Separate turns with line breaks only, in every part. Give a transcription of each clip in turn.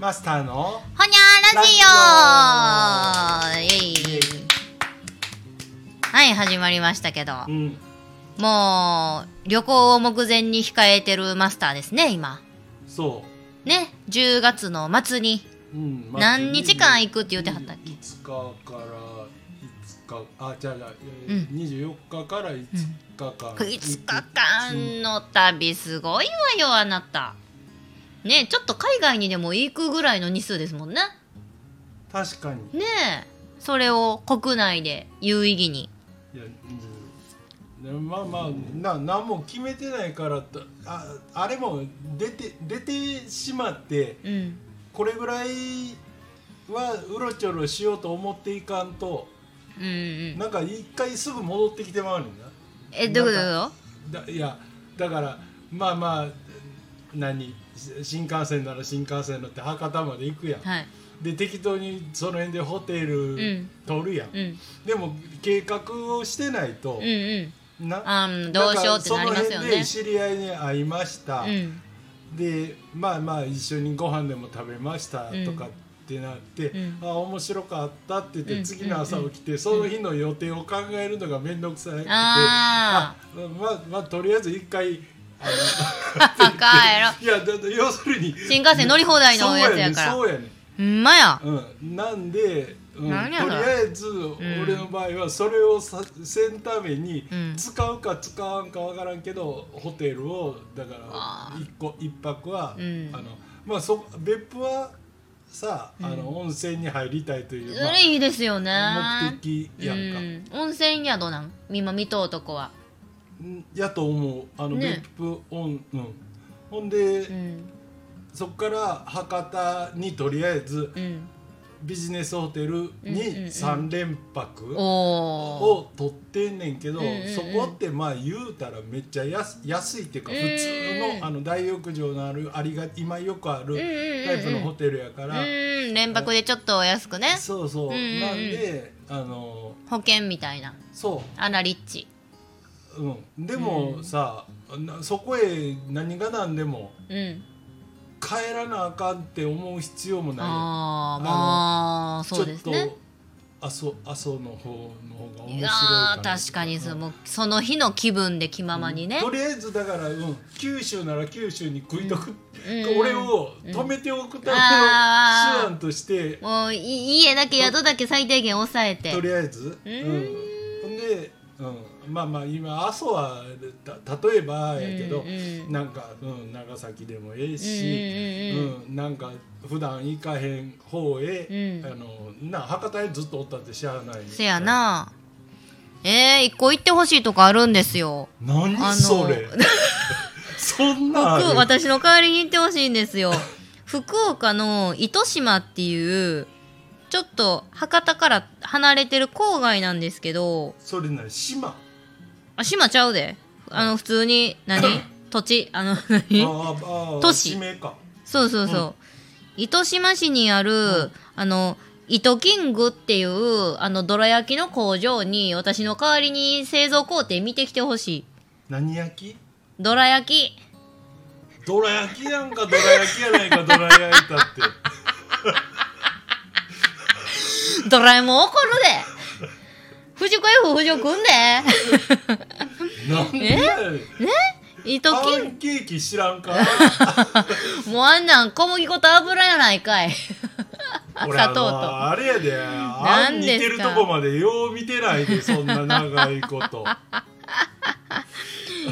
マスターの
ほにゃーラジオイエイはい始まりましたけど
うん
もう旅行を目前に控えてるマスターですね今
そ
ね10月の末に
う、うん、
何日間行くって言ってはったっけ
5日から5日あじゃあじゃあ、え
うん
ー24日から5日間、
5日間の旅すごいわよあなたねちょっと海外にでも行くぐらいの日数ですもんね
確かに
ねえそれを国内で有意義に
いや、うんで、まあまあな何も決めてないからとああれも出て出てしまって
うん
これぐらいはうろちょろしようと思っていかんと
うんうん
なんか一回すぐ戻ってきてまうねんな
えどういうこと
なだいやだからまあまあ何し新幹線なら新幹線乗って博多まで行くやん
はい
で適当にその辺でホテル
ん
取るやん、
うん
でも計画をしてないと
うん、うん
な
あーどうしようってなりますよ
だからその辺で
ね
知り合いに会いました、
うん
でまあまあ一緒にご飯でも食べました
うん
とかってなって、
うん
あ面白かったって言って、
うん
次の朝起きて、その日の予定を考えるのが面倒くさいって
あ
まあまあとりあえず一回あ
あ 帰ろ
の いやだだ要するに
新幹線乗り放題のやつやから
そうやねんそうやねん
ほんまや
うん、なんで、うん、とり
何やろ
あえず俺の場合はそれをさせんために
うん
使うか使わんかわからんけどホテルをだか
あ
ら一個一泊は、
うん
あのまあそ別府はさあの、温泉に入りたいという、
それいいですよね
まあ目的やんか、
うん温泉宿なん今見とうとこは
うんやと思うあの、
ね
別府温うんほんで、
うん
そこから博多にとりあえず
うん
ビジネスホテル
うんうんう
に
ん
3連泊、
おお
を取ってんねんけど、
うんうんうん
そこってまあ言うたらめっちゃ安安いっていうか
うん
普通のあの大浴場のあるありが今よくある
うんうんうんうん
タイプのホテルやか
う
ら、
ん連泊でちょっとお安くね
そうそう、
うんうんうん
なんであの
保険みたいな
そ
あらリッチ
う、うん、でもさ、なそこへ何が何でも
うん
帰らなあかんって思う必要もない
あ
あ
あ
の
まあ
ちょ
そう
っ
です
と
ね
阿蘇阿蘇の方の方が面白い
いやー確かにそう
うん
もうその日の気分で気ままにね
とりあえずだから、うん、九州なら九州に食いと
う
く、
ん
俺を止めておくための手
あー
段として、
もうい家だけ宿だけ最低限抑えて
とりあえず、うん
ー
ほんで、うん、まあまあ今阿蘇はた例えばやけど、
うんうん
なんか、うん、長崎でもええし、
うんうんうん
うんなんか普段行かへん方へ、
うん
あのな博多へずっとおったってしゃあない
せやなえー、一個行ってほしいとこあるんですよあ
何
の
それ そんなんある
僕私の代わりに行ってほしいんですよ福岡の糸島っていうちょっと博多から離れてる郊外なんですけど
それなに島
あ島ちゃうであの普通に何土地あの
あ
何
ーあー
都市
地名か
そうそうそう、糸島市にある、あの糸キングっていうあのどら焼きの工場に私の代わりに製造工程見てきてほしい
何焼き
どら焼き
どら焼きやんかどら焼きやないかどら焼いたって
ドラえもん怒るで藤子 F 不二雄くん
なんで
で
やねん
糸
パ
キ
ンケーキ知 らんか
ンもうあんなん小麦粉と油やないかい
俺あ
砂糖と
のあれやであ
何
ん似
です
て
か
るとこまでよう見てないでそんな長いこと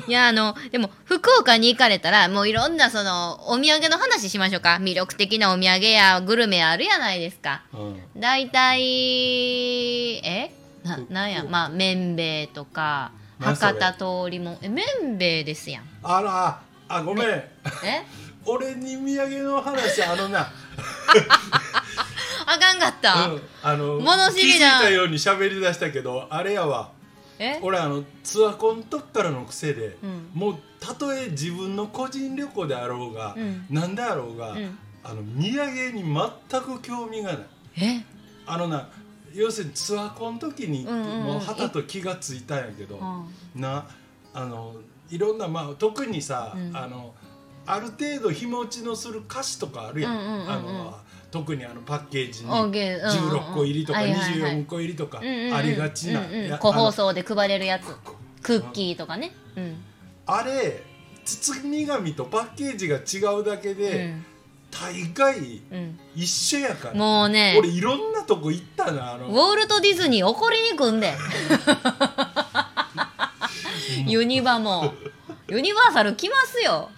いやあのでも福岡に行かれたらもういろんなそのお土産の話しましょうか魅力的なお土産やグルメあるやないですか
うん
大体えななんやまあ麺べいとか
何それ
博多通りもんえ麺べいですやん
あらあごめん
え
俺に土産の話あのな、
あかんかった、
うん、あの
物知
気づ
り
い
な
たように喋り出したけどあれやわ
え
俺あのツアコンとっからの癖で、
うん
もうたとえ自分の個人旅行であろうが、
うん
なんであろうが、
うん
あの土産に全く興味がない
え
あのな要するにツアーコンの時に、
うんうんうん
もう旗と気がついたんやけど、
うん
なあのいろんなまあ特にさ、
うん
あのある程度日持ちのする菓子とかあるや
う
ん,、
んうんうんうん
あの特にあのパッケージに
オーケーうんうん
16個入りとか
はいはいはい
24個入りとか
うんうんうん
ありがちな
うんうん
や
個包
あの
装で配れるやつクッキーとかねうん
あれ包み紙とパッケージが違うだけ
う
で、
ん
大概
うん
一緒やから、
もうね
俺いろんなとこ行ったなあ
ウ
の
ォルト・ディズニー怒りに来 んでユニバもユニバーサル来ますよ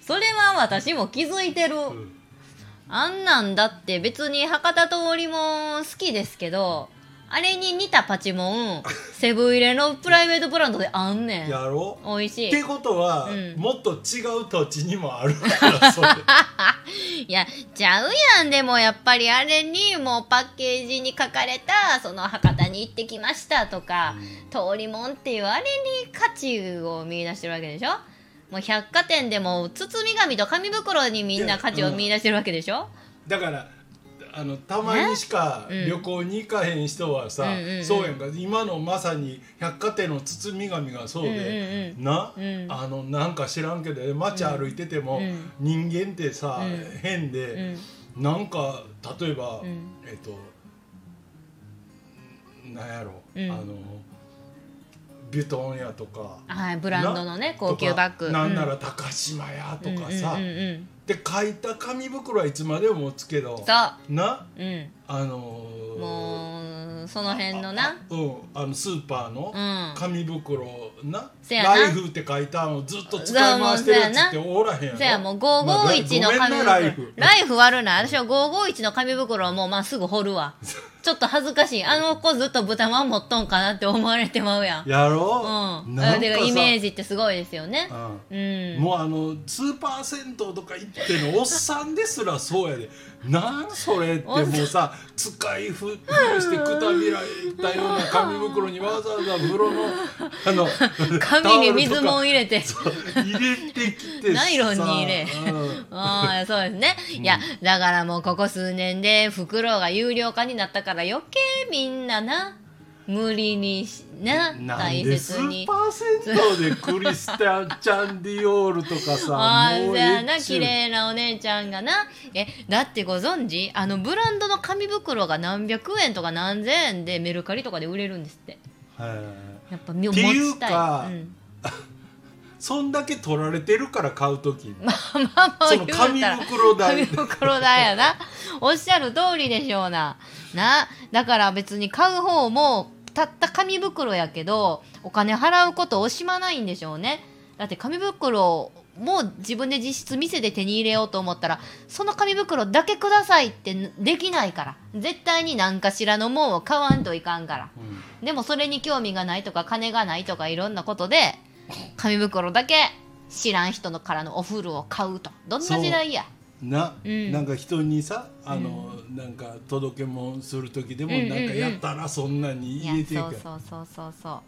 それは私も気づいてる
うん
あんなんだって別に博多通りも好きですけどあれに似たパチモンセブン入れのプライベートブランドであんねん
やろう
美味し
ってことは、
うん
もっと違う土地にもあるか らそれ
いいやちゃうやんでもやっぱりあれにもうパッケージに書かれたその博多に行ってきましたとか、通りもんっていうあれに価値を見出してるわけでしょもう百貨店でも包み紙と紙袋にみんな価値を見出してるわけでしょ、
だからあのたまにしか
ねうん
旅行に行かへん人はさ、
うんうんうん
そうやんか今のまさに百貨店の包み紙がそうで、
うん
な、
うん
あのなんか知らんけど街歩いてても、
うん
人間ってさ、
うん
変
う
で、
ん
なんか例えば、
うん
えっとなんやろ、
うん
あのビュトンやとか。
はい、ブランドのね
な
高級バッ
と
グ
かなんなら高島屋とかさ、
うんうんうん
で書いた紙袋はいつまでも持つけ
う
ど
ん、そ
な
う、うん、
あのー
もうその辺のな
あうんあのスーパーの
うん
紙袋な「
せやな
ライフ」って書いたのずっと使い回してるやつっておらへんやろ
そやもう551の
まあ
紙袋
ごめんなライフ
ライフ割るな私は551の紙袋はもうまあすぐ掘るわちょっと恥ずかしいあの子ずっと豚まん持っとんかなって思われてまうやん
やろ
う
うんな
だ
んか
から
さ
イメージってすごいですよね
うん
うん
もうあのスーパー銭湯とか行ってのおっさんですらそうやでなんそれってもうさ使いふしてくたびられたような紙袋にわざわざ風呂のあの
紙に水もん
入
入れて
入れてきてさ
ナイロンに入れ
うん
ああそうですね、いやだからもうここ数年で袋が有料化になったから余計みんなな無理にしな
なん
大
でス
切
ー
に
パー銭湯でクリスタン・チャンディオールとかさ
あ
も
あ
う
じゃあな
一
綺麗なお姉ちゃんがなえだってご存知あのブランドの紙袋が何百円とか何千円でメルカリとかで売れるんですって
はい
やっぱみ持
っていう
ちたい
か
うん、
そんだけ取られてるから買う時
まあまあまあ
そ
言
の
うたら
紙袋代
紙袋だやなおっしゃる通りでしょうななだから別に買う方もたった紙袋やけどお金払うことを惜しまないんでしょうねだって紙袋も自分で実質店で手に入れようと思ったらその紙袋だけくださいってできないから絶対に何かしらのもんを買わんといかんから
うん
でもそれに興味がないとか金がないとかいろんなことで紙袋だけ知らん人のからのお古を買うとどんな時代や
な、
うん
なんか人にさあの、なんか届け物する時でも、
うんうんうん
なんかやったらそんなに
いや
入れてい
そう
く
そうそうそうそ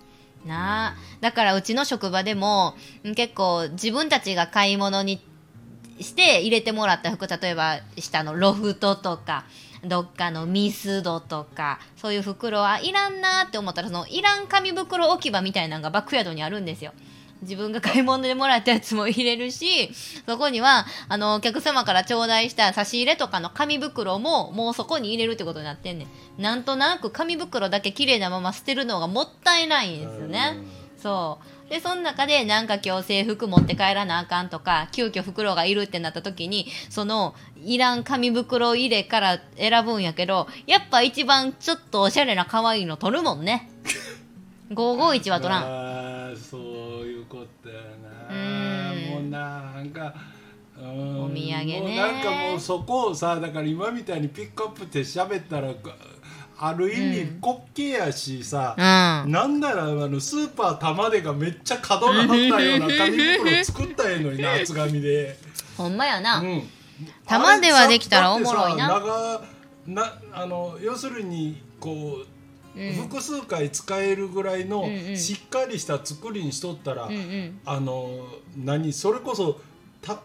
うなあだからうちの職場でもん結構自分たちが買い物にして入れてもらった服例えば下のロフトとかどっかのミスドとかそういう袋はいらんなーって思ったらそのいらん紙袋置き場みたいなのがバックヤードにあるんですよ。自分が買い物でもらったやつも入れるしそこにはあのお客様から頂戴した差し入れとかの紙袋ももうそこに入れるってことになってんねんなんとなく紙袋だけ綺麗なまま捨てるのがもったいないんですよねそうでその中でなんか今日制服持って帰らなあかんとか急遽袋がいるってなった時にそのいらん紙袋入れから選ぶんやけどやっぱ一番ちょっとおしゃれな可愛いの取るもん ね551は取らん
あーそういうことやな
うん
もうなんかお土
お土産ね
もうなんかもうそこをさだから今みたいにピックアップって喋ったらある意味滑稽やしさ、
うん
なんならあのスーパー玉出がめっちゃ角があったような紙袋作ったらええのにな厚紙で。
ほんまやな、
うん
玉ではできたらおもろいな
あれさだってさ長なあの要するにこう、
うん
複数回使えるぐらいの
うんうん
しっかりした作りにしとったら、
うんうん
あの何それこそたた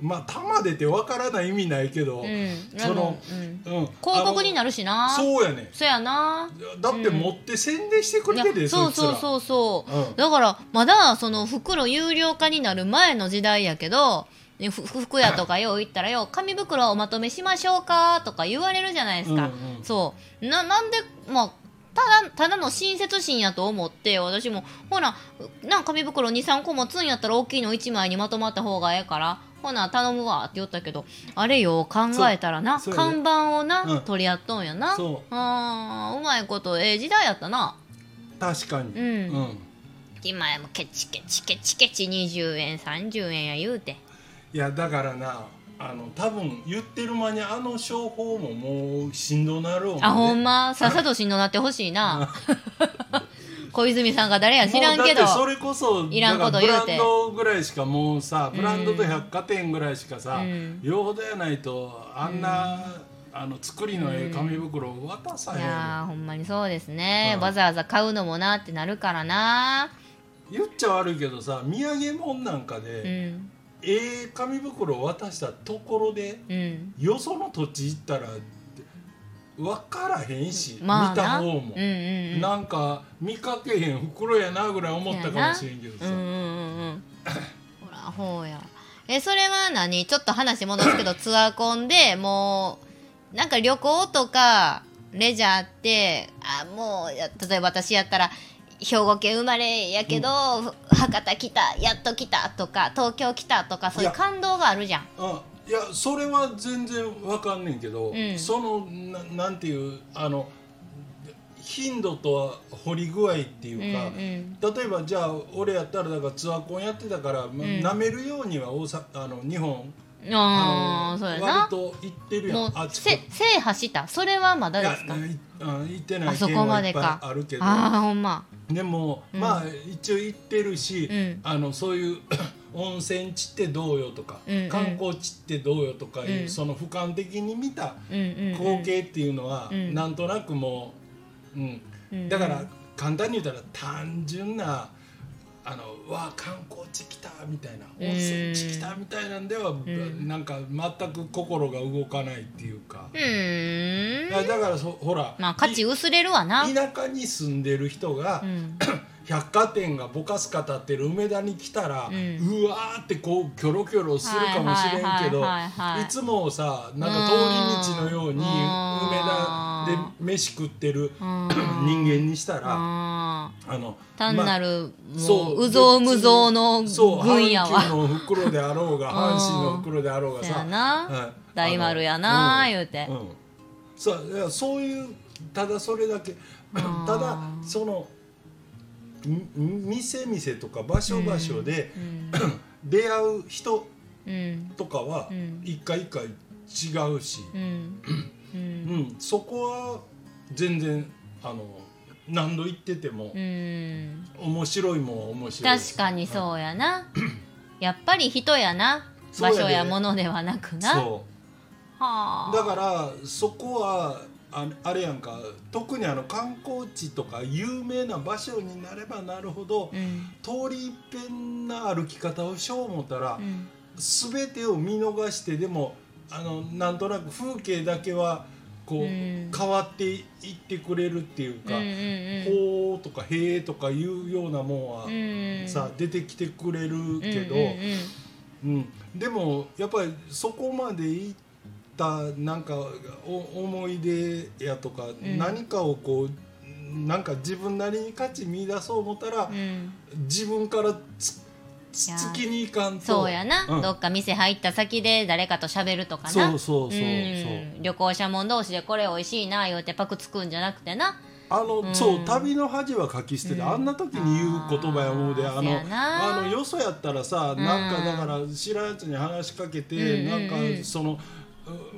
まあ玉出てわからない意味ないけど、
う
うんん、
で
その
もうん
広
広告になるしなそう
そうやね
やな
だって持って宣伝してくれて
い
る
や
で
そう
そいつ
そう
ら
そうそう、
うん
だからまだその袋有料化になる前の時代やけどでふ服屋とかよう行ったら よ紙袋おまとめしましょうかとか言われるじゃないですか、
うんうん
そうななんでまあただただの親切心やと思って私もほななん紙袋23個持つんやったら大きいの1枚にまとまった方がええからほな頼むわって言ったけどあれよ考えたらな、
そうそうやね
看板をな、
うん
取り合っとんやな
そ
あーうまいことええ時代やったな
確かに
う、
うんん
今やもうケチケチケチケチ20円30円や言うて
いやだからなあの多分言ってる間にあの商法ももうしんどなる
あほ
ま
んまさっさとしんどなってほしい な小泉さんが誰や知らんけど
もうだってそれこそ
いらんこと言うて
だからブランドぐらいしかもうさブランドと
うん
百貨店ぐらいしかさ、
うん
よほどやないとあんな、あの作りのええ紙袋渡さ
い
へん
やーほんまにそうですね、
うん
わざわざ買うのもなってなるからな
言っちゃ悪いけどさ土産物なんかで、
うん
ええ紙袋渡したところで
うん
よその土地行ったら分からへんし、
まあ
見た
な
方
うん
も、
うんうん
なんか見かけへん袋やなぐらい思ったかもしれんけどさ、
うんうんうんうんほらほうやえそれは何ちょっと話戻すけどツアーコンでもうなんか旅行とかレジャーってあもうや例えば私やったら兵庫県生まれやけど、博多来たやっと来たとか東京来たとかそういう
いや
感動があるじゃん
あいやそれは全然分かんねんけど、
うん
そのななんていうあの頻度とは掘り具合っていうか、
うんうん
例えばじゃあ俺やったらだからツアーコンやってたから、ま舐めるようには大阪あの日本
あーそうや
割
な
と行ってるやん
もう
あちこ
せ制覇したそれはまだ
い
で
や
すか
いうん行ってな
あ
い
そ
県
こま
はい
で
っぱ
か
いあるけど
ああほんま
でも、
うん
まあ一応行ってるし、
うん
あのそういう 温泉地ってどうよとか、
うんうん
観光地ってどうよとかいう、
うん
その俯瞰的に見た
うんうん、うん、
光景っていうのは、
うん
なんとなくもう、うん
うん
だから簡単に言ったら単純な。あのわあ観光地来たみたいな温泉地来たみたいなんでは、
ん
なんか全く心が動かないっていうか、
うーん
だからそほら、
まあ価値薄れるわな。
田舎に住んでる人が、
うん、
百貨店がぼかすか立ってる梅田に来たら、
う
うんわーってこうキョロキョロするかもしれんけど
はいはいはいはいはい
いつもさなんか通り道のように
うん
梅田で飯食ってる人間にしたら
あー
あの
単
ま
な
あ
る、も、
そうう
うぞうむぞうの
そう
分野
阪急
は。
の袋であろうが
うん
阪神の袋であろうが
そや
さ
な。
はい
大丸やな
あの
言うて
んそういやそういうただそれだけ
あー
ただそのみ店店とか場所場所で
うん。
出会う人
うん。
とかは
うん
一回一回違うし、
うん。う。
うんん、そこは全然あの何度行ってても
うん。
面白いもんは面白い
確かに
う
そうやな。やっぱり人やな。場
そうやで
所やものではなくな。は
そう
あ。
だからそこはああれやんか特にあの観光地とか有名な場所になればなるほど、
うん。
通り一遍な歩き方をしよう思ったら
う、ん。
全てを見逃してでもあのなんとなく風景だけはこう、
うん
変わっていってくれるっていう
うん。う
か
ん。
「ほう」とか「へえ」とかいうようなもんは、
うん。うん
さ出てきてくれるけど。
うんうんうん
うん、でもやっぱりそこまでいったなんかお思い出やとか、
ん
何かをこうなんか自分なりに価値見出そう思ったら、
うん。
自分からつつ
いやー
つきにいかんと
そうやな、
うん
どっか店入った先で誰かと喋るとかな
そうそうそうそ
う
う、
ん旅行者もん同士でこれ美味しいな言うてパクつくんじゃなくてな
あの、
うん
そう旅の恥は書き捨てで、
うん
あんな時に言う言葉やもうで
あー
あ
そ
の
やな
あのよそやったらさ、なんかだから知らんやつに話しかけて、
うんうんうん
なんかその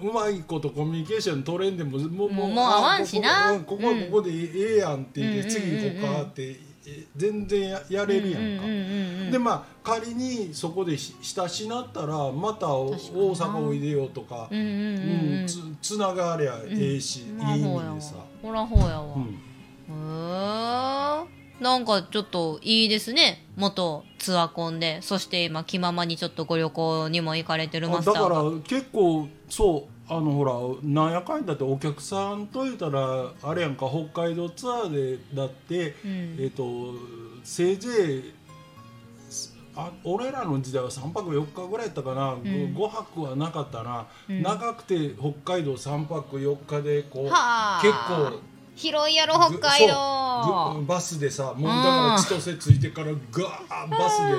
ううまいことコミュニケーション取れんでもも
もうもう合わんしな
あここここは
うん
ここでええやんって言って、
うん
次行こうかってえ全然ややれるやんか。
うんうんうんうん
でまあ仮にそこでし親しなったらまたお大
確かにな
阪おいでよとか、
うんうん
う
うんうん
んつつながりゃええし、
ほら
いい意
ほうや
味
わ
でさ。
ほらほうやわ、
うん
へーなんかちょっといいですね元ツアーコンでそして今気ままにちょっとご旅行にも行かれてるマ
あ
スタ
だ
ーが
から結構そうあのほらなんやかんだってお客さんと言うたらあれやんか北海道ツアーでだって、
うん
えっとせいぜいすあ俺らの時代は3泊4日ぐらいやったかな、
ん
5泊はなかったな、
うん
長くて北海道3泊4日でこう
は
結
あ
構
広いやろ北海
そう
道
ぐバスでさもうだから千歳着いてからガーバスで、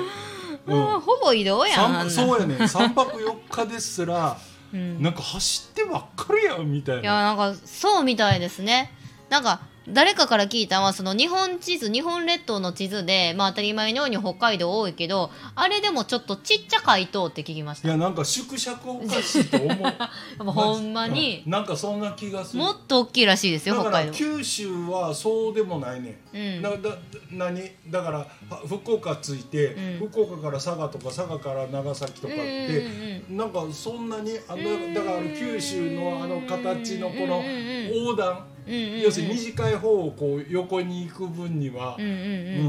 う
う
んん、ほぼ移動やんあん
三
な
そうやね3泊4日ですら
うん
なんか走ってばっかりやんみたい
いや
な。
なんかそうみたいですねなんか誰かから聞いたのはその日本地図日本列島の地図で、まあ、当たり前のように北海道多いけどあれでもちょっとちっちゃ回答って聞きまし
い
たや
やなんか縮尺おかしいと 思う
っぱほんまに
うんなんかそんな気がする
もっと大きいらしいですよ
だか
北
ら
海道
九州はそうでもないね、
うん
なだ何だからは福岡着いて、
うん
福岡から佐賀とか佐賀から長崎とかって、
うんうんうん
なんかそんなにあ
うーん
のだからあの九州のあの形のこ
うん
の
うんうん
横断、
うんうんうん
要するに短い方をこう横に行く分には
う、ん
うん
う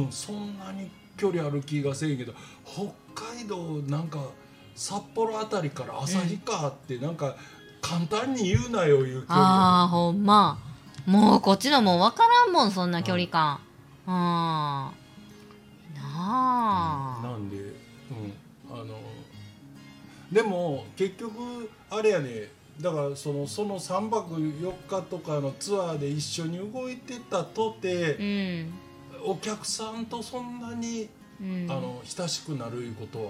んうん
そんなに距離ある気がせんけど北海道なんか札幌あたりから旭川ってなんか簡単に言うなよいう距離。
ああほんまもうこっちのもう分からんもんそんな距離感うんなあ
なんで、うん、あのでも結局あれやねだからそのその3泊4日とかのツアーで一緒に動いてたとて、
うん
お客さんとそんなに、
うん
あの親しくなるいうことは、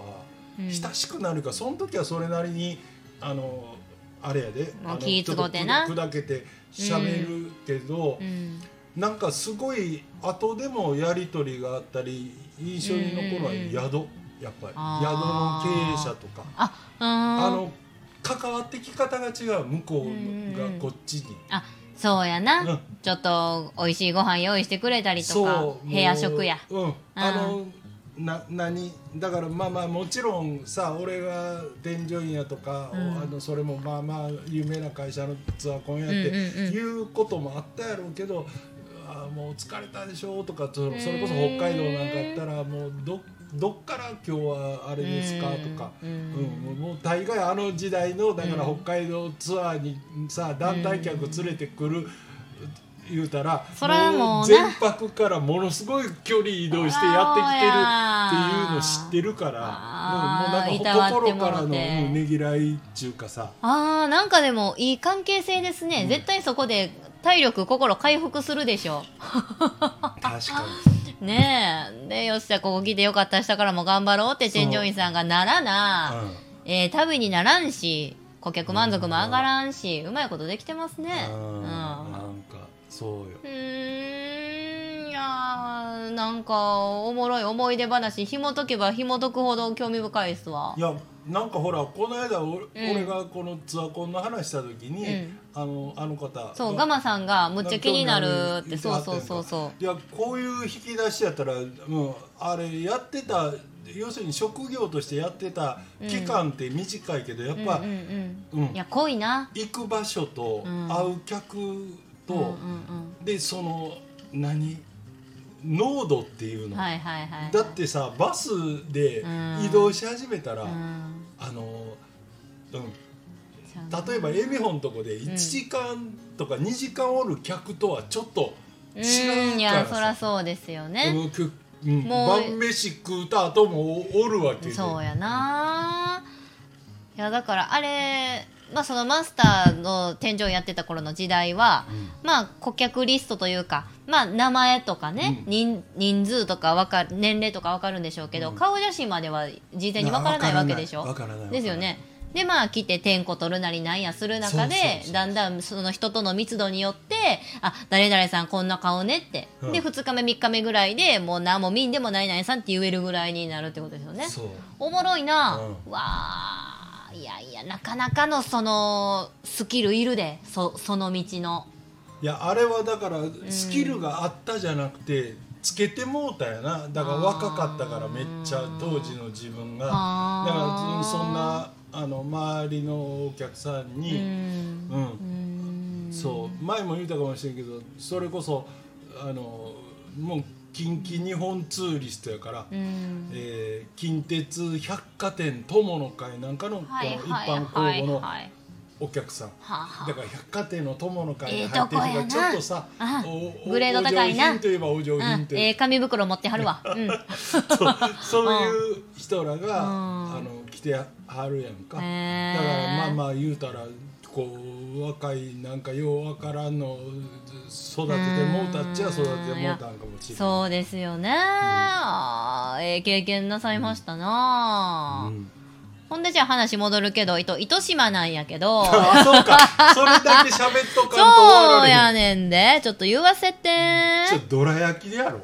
うん
親しくなるかその時はそれなりにあのあれやで
もう
あの
気ぃ
ちょっと
使うてな
くだ砕けて喋るけど、
うん
なんかすごい後でもやり取りがあったり印象に残るのは
うんうんうん
宿、やっぱり
あー
宿の経営者とか
あ、
あ
あの
の関わってき方が違う向こう
う
が
んうん
こっちに、
あそうやな、
うん
ちょっと美味しいご飯用意してくれたりとか
そう
部屋食や
もううんあのな何だからまあまあもちろんさ俺が添乗員やとか、
うん
あのそれもまあまあ有名な会社のツアーコンやっ
うんうんうん
ていうこともあったやろうけど、あーもう疲れたでしょとかそそれこそ北海道なんかやったらもうどどっから今日はあれですかとか。
うん
うん、もう大概あの時代のだから
うん
北海道ツアーにさ団体客連れてくる、言うたら
そらもうな
全泊からものすごい距離移動してやってきてるっていうの知ってるから
あー
うんもう
い
な
たわ
ん
っても
か
ろて
心からのうんねぎらいっていう かさ
あーなんかでもいい関係性ですね、
うん
絶対そこで体力心回復するでしょ
確か
ねえでよっしゃここ来てよかった明日からも頑張ろうって添乗員さんがなら
に、
な、
うん
えー旅にならんし顧客満足も上がらんし、うまいことできてますね
あ
う
ー
ん
なんかそうよ
うーんいやーなんかおもろい思い出話紐解けば紐解くほど興味深いっすわ
いやなんかほらこの間俺,、
ん
俺がこのツアコンの話した時に、
うん
あのあの方
そう
が
ガマさんがむっちゃ気になるって
興
そう
味あ
そうそうそ
いやこういう引き出しやったらもうあれやってた要するに職業としてやってた期間って短いけど、やっ
ううんう
ぱ、
ん
うん
うんいや濃いな
行く場所と
うん
会う客と、
うんうん
でその何濃度っていう
うん
の、
はいはいはい
だってさバスで
うん
移動し始めたら、
うん
あの、うん、
ちゃう
例えばエミホのとこで1時間とか2時間おる客とはちょっと違
うんいう
から
やそ
さ
らそうですよね
うんくうん
もう
晩飯食うた後もおおるわけで
そうやないやだからあれまあそのマスターの天井やってた頃の時代は、
うん
まあ、顧客リストというか、まあ、名前とかね、
うん
人人数とかわかる年齢とかわかるんでしょうけど、
うん
顔写真までは事前にわからないわけでしょ
わからないわからな
で
い
すよねでまあ来て点呼取るなりなんやする中で
そうそうそう
だんだんその人との密度によってあ誰々さんこんな顔ねって、
うん
で2日目3日目ぐらいでもう何も見んでもないないさんって言えるぐらいになるってことですよね
そう
おもろいな、
う
わあいやいやなかなかのそのスキルいるでそその道の。
いやあれはだからスキルがあったじゃなくてつけてもうたやなだから若かったからめっちゃ当時の自分がだ
あー
からうんそんなあの周りのお客さん
う
に、
ん
うん
うん
そう前も言ったかもしれんけどそれこそあのもう近畿日本ツーリストやから、
うん
えー近鉄百貨店友の会なんかのこの一
はいはい
般公募の
はいはい
お客さん
はあはあ
だから百貨店の友の会
ええ
に
と
入って
こ
る
やな
のがちょっとさ、
あ
おお
グレード高いな
お上品といえばお上
うん
品、と
ええ
いう、
紙袋持ってはる わ。うん。
そうそういう人らが、
うん
あの来てはるやんか、
へえ
だからまあまあ言うたらこう若いなんかようわからんの育ててもうたっちゃ育ててもうたんかもしれない。
そうですよね。あーええ経験なさいましたな、
うん
ほんでじゃあ話戻るけど、糸糸島なんやけ ど。
あそうかそれだけ喋っとかんと終
そう
わら
や
れへん
ねんで、ちょっと言わせて。
ちょっとどら焼きでやろ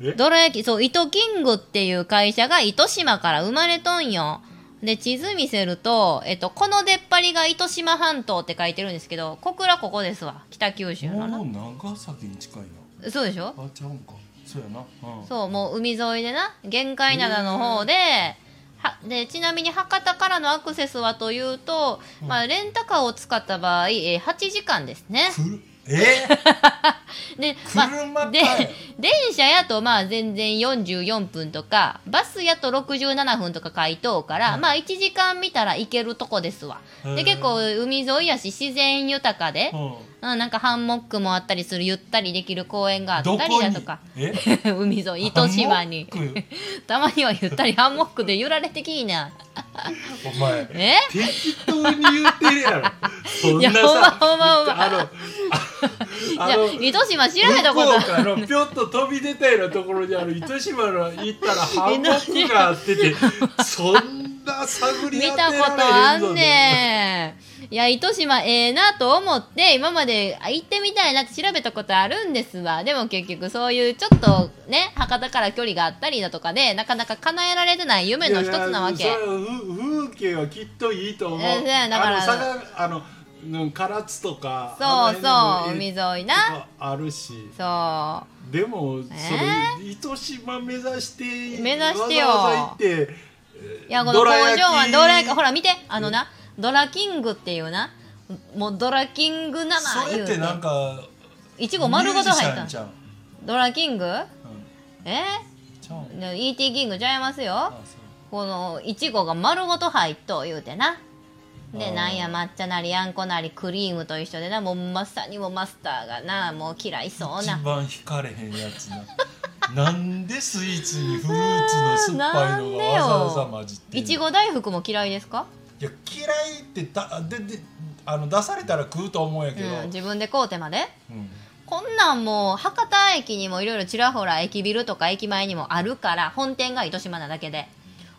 え
どら焼き、そう、糸キングっていう会社が糸島から生まれとんよ。で、地図見せると、えっと、この出っ張りが糸島半島って書いてるんですけど、小倉ここですわ。北九州の
も
な
う。長崎に近い
そうでしょ
なあちゃうんかそうやな、うん、
そう、もう海沿いでな、玄界灘の方で、はでちなみに博多からのアクセスはというと、まあ、レンタカーを使った場合、えー8時間ですね。
くるえー、
で、ま
車
あ、
か
で
い、
電車やとまあ全然44分とか、バスやと67分とか回答から、まあ1時間見たら行けるとこですわ。
へ
で、
え
結構海沿いやし自然豊かで、
う
うん、なんかハンモックもあったりするゆったりできる公園があ
ん、
った
ど
り
こ
だ
に
とか、
え
海沿い、糸島に。
ハンモッ
たまにはゆったりハンモックで揺られてきいな。
お前
え
適当に言ってるやろそん
いや
なさ
ほんまほんまほんま
あのあ
じゃ
あ
あ
の、
糸島知らないと
向
こ
こ
だ
う。からのぴょっと飛び出たようなところにある糸島の行ったらハンモックがあっててそんな探り
見
当て
た
られへんぞ
ことあんねん。いや、糸島ええなと思って、今まであ行ってみたいなって調べたことあるんですわ。でも結局そういうちょっとね、博多から距離があったりだとかで、なかなか叶えられてない夢の一つなわ
い
け
や。いやそれはふ風景はきっといいと思う、
えそうやだから
あの佐賀あのうん唐津とか
そう
あの
そう、海
辺
沿
の
い
と
な。
かあるし
そ
でもそ
え
れ糸島目指して
目指してよ
わざわざ行って
う。いや、この
ど
工場
ら焼き
はドラ焼き、ほら見て、あのな、ドラキングっていうな、もうドラキング生
そ
言
れ
う
ってなんか
いちご丸ごと入
ミュー
っ
ジシャ
た。
ンちゃう
ドラキング
うん
え
ちゃうん
ー、ね ?ET キングちゃいますよ。
あそう
このいちごが丸ごと入っとう言うてな
あ
で
ー
なんや抹茶なりあんこなりクリームと一緒でなもうまさにもうマスターがなもう嫌いそうな
一番惹かれへんやつななん でスイーツにフルーツの酸っぱいのがわざわざ混じってん
い
の
ちご大福も嫌いですか、
いや嫌いってだでであの出されたら食うと思うんやけど、
うん、自分で買うてまで
うん
こんなんもう博多駅にもいろいろちらほら駅ビルとか駅前にもあるから本店が糸島なだけで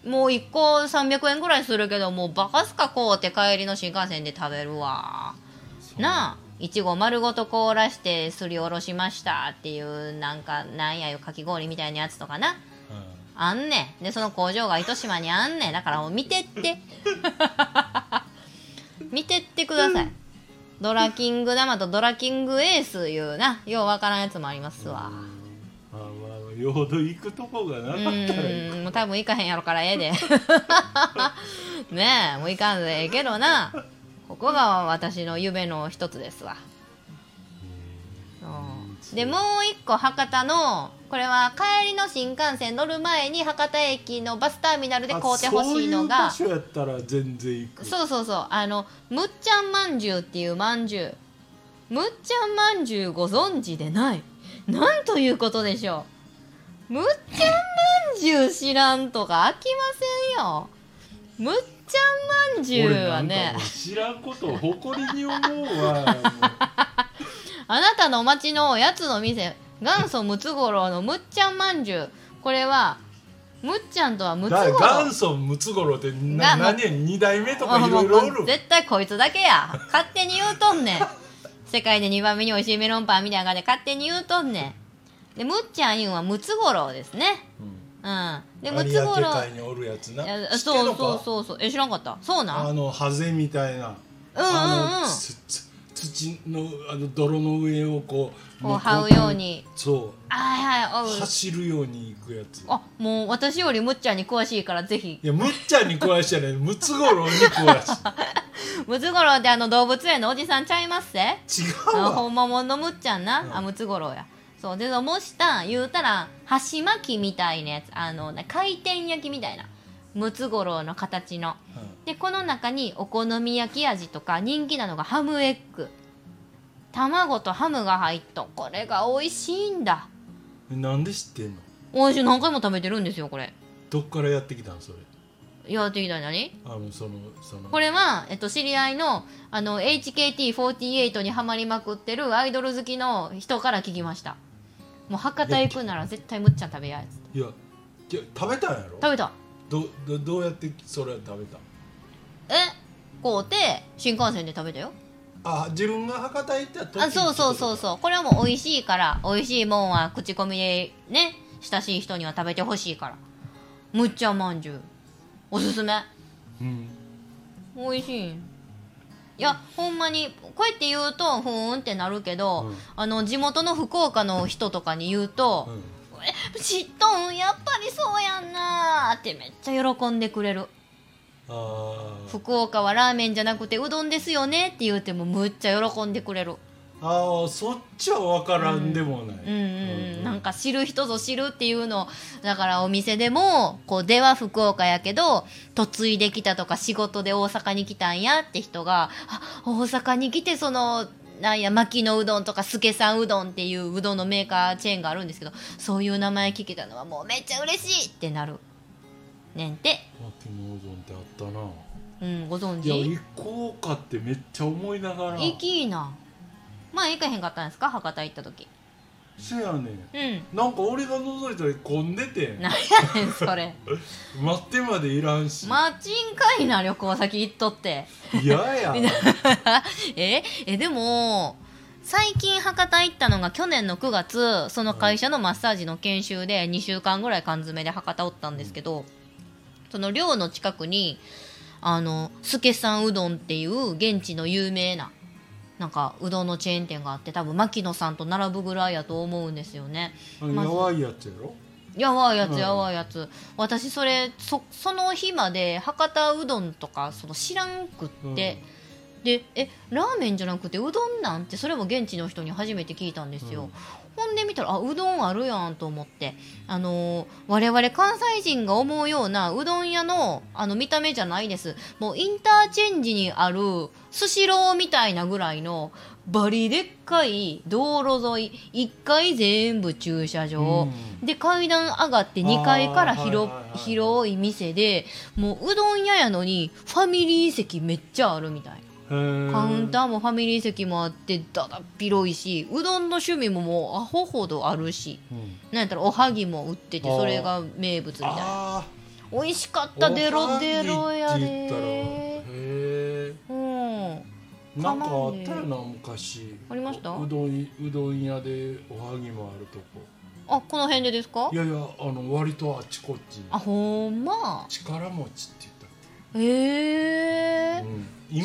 もう1個300円ぐらいするけどもうバカすか買うて帰りの新幹線で食べるわ
そう
なあいちご丸ごと凍らしてすりおろしましたっていうなんかなんやよかき氷みたいなやつとかな
うん
あんねんでその工場が糸島にあんねんだからもう見てって 見てってくださいドラキング玉とドラキングエースいうなようわからんやつもありますわ
まあまあよほど行くとこがなか
う
ったら行
ーんもう多分行かへんやろからえ えでねえもう行かんでええけどなここが私の夢の一つですわそうでもう一個博多のこれは帰りの新幹線乗る前に博多駅のバスターミナルで
く
買うてほしいの
あ
が
そういう場所やったら全然行く
そうそうそうあのむっちゃんまんじゅうっていうまんじゅうむっちゃんまんじゅうご存知でないなんということでしょうむっちゃんまんじゅう知らんとか飽きませんよむっちゃんまんじゅう
俺な
は
んか
ね
もう知らんことを誇りに思 うわ
あなたの町のおやつの店元祖ムツゴロウのむっちゃんまんじゅうこれはむっちゃんとはムツゴ
だ
ロウ
元祖ムツゴロウって
が
な
もう
何や二代目とかい
も
ろ
う
いろおる
絶対こいつだけや勝手に言うとんねん世界で2番目に美味しいメロンパンみたいな感じで勝手に言うとんねんでむっちゃんいうんはムツゴロウですね
うん
うんでムツ
有
ゴ
明
ロウ
海におるやつない
や
知ってん
そう
の
そう
か
そうそうえ知らんかったそうなん
あのハゼみたいな、
うんうんうん
あのつつ土のあの泥の上をこう
こう
も
這うように
そ
あはいは
う
いおう
走るように行くやつ
あもう私よりむっちゃんに詳しいからぜひ
いやむっちゃんに食わしちゃねむつごろに食わ
ムツゴロウってあの動物園のおじさんちゃいますせ
し違う
あ
わ
本物のむっちゃんな、
うん
あムツゴロウやそうでもしたん言うたら箸巻きみたいなやつあのな回転焼きみたいなムツゴロウの形のでこの中にお好み焼き味とか人気なのがハムエッグ卵とハムが入っとこれが美味しいんだ
うん、なんで知ってんの
美味しい何回も食べてるんですよこれ
どっからやってきたんそれ
やってきたんだね
あのそのその
これは、えっと、知り合いのあの HKT48 にハマりまくってるアイドル好きの人から聞きましたもう博多行くなら絶対むっちゃん食べやつって
いやいや食べたんやろ
食べた
どどどうやってそれ食べたん
えこうて新幹線で食べたよ
あ自分が博多行った時
あそうそうそう
う
そうこれはもう美味しいから美味しいもんは口コミでね親しい人には食べてほしいからむっちゃんまんじゅうおすすめ
うん
美味しいいやほんまにこうやって言うとふーんってなるけど、
うん
あの地元の福岡の人とかに言う
う
と
ん
「え知っとんやっぱりそうやんな」ってめっちゃ喜んでくれる
あー
福岡はラーメンじゃなくてうどんですよねって言うてもむっちゃ喜んでくれる
あーそっちは分からんでもない、
うんうんうん、なんか知る人ぞ知るっていうのをだからお店でもこうでは福岡やけど嫁いできたとか仕事で大阪に来たんやって人があ大阪に来てそのなんや牧野うどんとか助さんうどんっていううどんのメーカーチェーンがあるんですけどそういう名前聞けたのはもうめっちゃ嬉しいってなるねんて、
牧野うどんってあったな
うん、ご存
いや
知
行こうかってめっちゃ思いながら
行きいなまあ行かへんかったんですか博多行った時
せ
う
やねん
ん
なんか俺が覗いたら混んでて
なんやねんそれ
待ってまでいらんし
マッチンかいな旅行先行っとって
嫌、やや
ええでも最近博多行ったのが去年の9月その会社のマッサージの研修で2週間ぐらい缶詰で博多おったんですけどその寮の近くにあの助さんうどんっていう現地の有名ななんかうどんのチェーン店があって多分牧野さんと並ぶぐらいやと思うんですよね
あの
まず
やばいやつやろ
やばいやつ
うん
やばいやつ、私それそその日まで博多うどんとかその知らんくって、でえラーメンじゃなくてうどんなんてそれも現地の人に初めて聞いたんですよ、
うん
ほんで見たらあうどんあるやんと思ってあのー我々関西人が思うようなうどん屋のあの見た目じゃないですもうインターチェンジにあるスシローみたいなぐらいのバリでっかい道路沿い1階全部駐車場、
うん
で階段上がって2階から広,、
あーはいはいはい
広い店でもううどん屋やのにファミリー席めっちゃあるみたい
カウ
なカウンターもファミリー席もあってだだっ広いしうどんの趣味ももうアホほどあるし
うん、
なんやったらおはぎも売ってて
あー
それが名物みたいな
あ
美味しかっ
ー
たデロデロや
おはぎって言ったら
で
へ
うん
えなんかあったよな昔
ありました
うどんうどん屋でおはぎもあるとこ
あこの辺でですか
いやいやあの割とあちこち
あほんま
力持ちって
え
言っ
え
たっけ、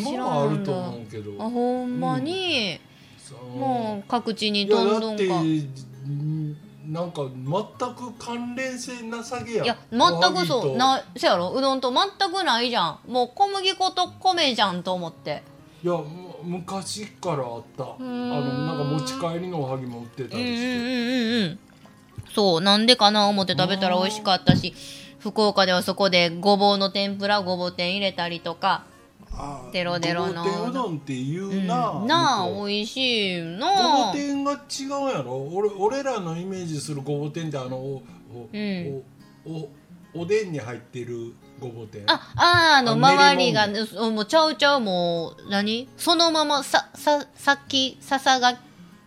うん、今はあると思うけど
あほんまに、
さあ
もう各地に
いや
どん
だ
ど
っ
ん
て
かい
んなんか全く関連性なさげやん
や全く
おはぎ
そう
と
なせやろうどんと全くないじゃんもう小麦粉と米じゃんと思って
いやむ昔からあったあ
ん
のなんか持ち帰りのおはぎも売ってた
うんうん
り
うん
して
うんうんそうなんでかな思って食べたら美味しかったし福岡ではそこでごぼうの天ぷらごぼう天入れたりとか、
あー
デロデロの
ごぼう天うどんって言
う、
うんな、
なあ
向こう
美味しいな
ごぼ
あ
う天が違うやろ俺俺らのイメージするごぼう天ってあのおお,、
うん
おおおでんに入ってるごぼう天
ああーあの
あ
周りが
練
うんもうちゃうちゃうもう何そのままさささっきささが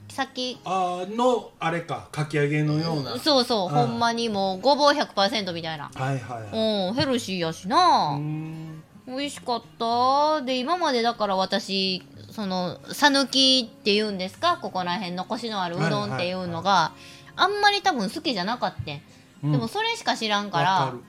さっき
あーのあれかかき揚げのような、はい
そうそう、
うん
ほんまにもうごぼう100%みたいな。
はいはい
うん、ヘルシーやし
うー
な、
ん
美味しかったで今までだから私その讃岐っていうんですかここら辺のコシのあるうどんっていうのが、あんまり多分好きじゃなかったん、
うん
でもそれしか知らんか
わ
ら
る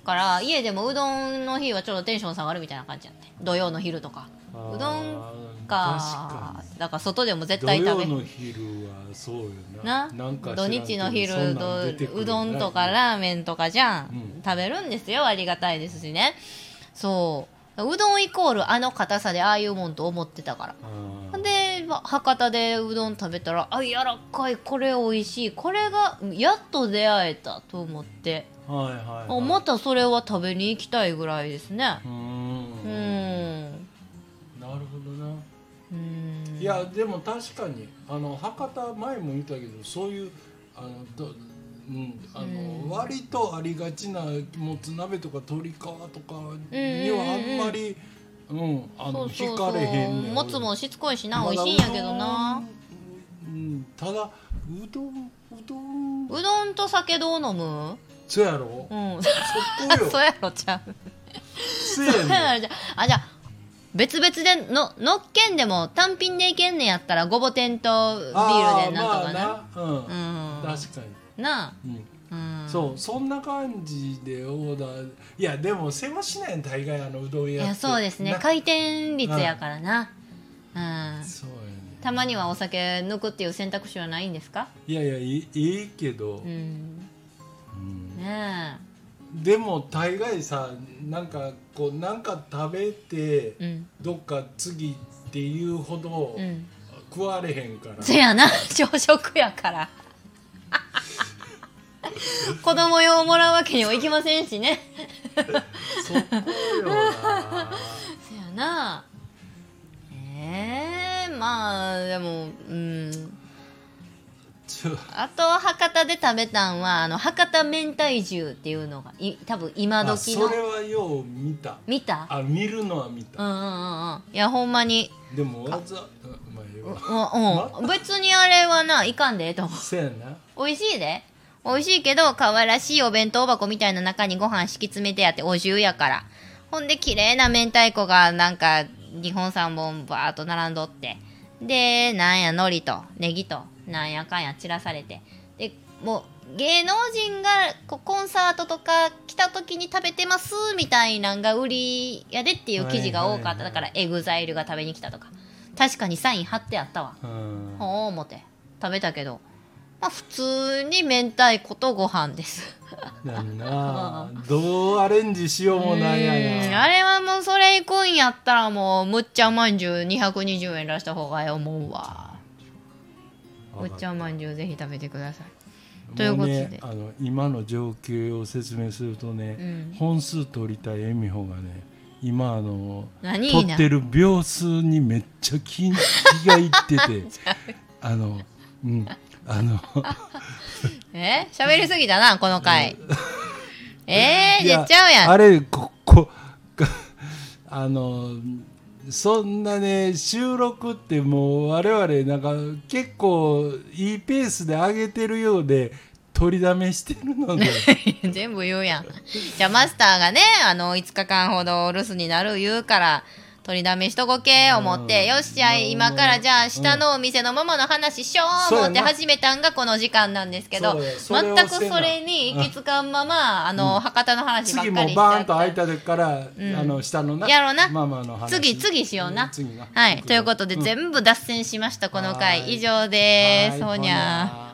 だから家でもうどんの日はちょっとテンション下がるみたいな感じやって土曜の昼とか
あー
うどん
確
か
かに
だから外でも絶
土
対食べ
曜
へん
の昼はそうよ
な
ななんか
土
知らんけど
日の昼
そんなん出てくる
う
よ
どんとかラーメンとかじゃん、
うん
食べるんですよありがたいですしねそううどんイコールあの硬さでああいうもんと思ってたから
あ
ほ
ー
んでま博多でうどん食べたらあ柔らかいこれ美味しいこれがやっと出会えたと思って
はいはい、はい、
あまたそれは食べに行きたいぐらいですね
う
う
ー
んん
なるほどな
うん
いやでも確かにあの博多前も言ったけどそういうあのどうん、あの
うん
割とありがちなもつ鍋とか鶏皮とかに
うんうんうん
はあんまり、うんあの惹かれへんねん
もつもしつこいしな美味しいんやけどな
まだうどんうんただうどんうどん
うどんと酒どう飲む
そやろ、
う
そ
ん
こよ
そうやろちゃう
そやね ん
そうやろじゃああじゃあ別々でののっけんでも単品でいけんねんやったらごぼ天とビールでなんとかな、
あーまあな
うん
うん、確か
な
に、うん
あ、うん、
そうそんな感じでオーダーいやでも世話しないの大概あのうどん屋
いや
って
そうですね
な
回転率やからなうん
そうやね
たまにはお酒抜くっていう選択肢はないんですか
いやいやいいいいけ
う、
ど
ん
うん
ね
でも大概さなんかこうなんか食べて、
えうん
どっか次っていうほど、
うん
食われへ んから
せやな朝食やから 子供用もらうわけにもいきませんしね
そこよな
せやなええまあでもうん
ちょ
あと博多で食べたんはあの博多明太重っていうのがい多分今
あ
時
それ
の
はよう見た
見た
あ見るのは見
う
た、
んうんうんうんいやほんまに
でもわざうんまあええわ
うん、うん、別にあれはないかんでええと思う
せやな
美味しいで美味しいけど可愛らしいお弁当箱みたいな中にご飯敷き詰めてやってお重やからほんで綺麗な明太子がなんか日本3本バーっと並んどってでなんや海苔とネギとなんやかんや散らされてでもう芸能人がこうコンサートとか来た時に食べてますみたいなんが売りやでっていう記事が多かった、
はいはいはい
だからエグザイルが食べに来たとか確かにサイン貼ってあったわ
うん
ほう思って食べたけどまあ普通に明太子とご飯です
なんなどうアレンジしようもないや
うん
な
あれはもうそれいくんやったらもうむっちゃまんじゅう220円出した方がええ思うわむっちゃまんじゅうぜひ食べてくださいということで
もね、あの今の状況を説明するとね、
うん
本数取りたい恵美穂がね今あの
何いい
取
な
ってる秒数にめっちゃ気気がいってて あのうんあの
え喋りすぎたなこの回えー、
い
出ちゃうやん
あれここ あのそんなね収録ってもう我々なんか結構いいペースで上げてるようで取りだめしてるので
全部言うやんじゃあマスターがねあの5日間ほど留守になる言うから取りだめしとこけ思って、
うん
よっしゃい今からじゃあ下のお店のママの話しよう
そう
思
や
って
な
始めたんがこの時間なんですけど
そうやそれを
全く
せな
それに行き着かんままあの、博多の話ばっ
次
かりし
も
ち
バー
ゃ
ンと開い
った
から、
ん
あの下のな
やろな
ママの話
次次しような
うん次な
はいということで、
ん
全部脱線しましたこの
は
回
い
以上です
は
ほ
い
にゃー
ほにゃー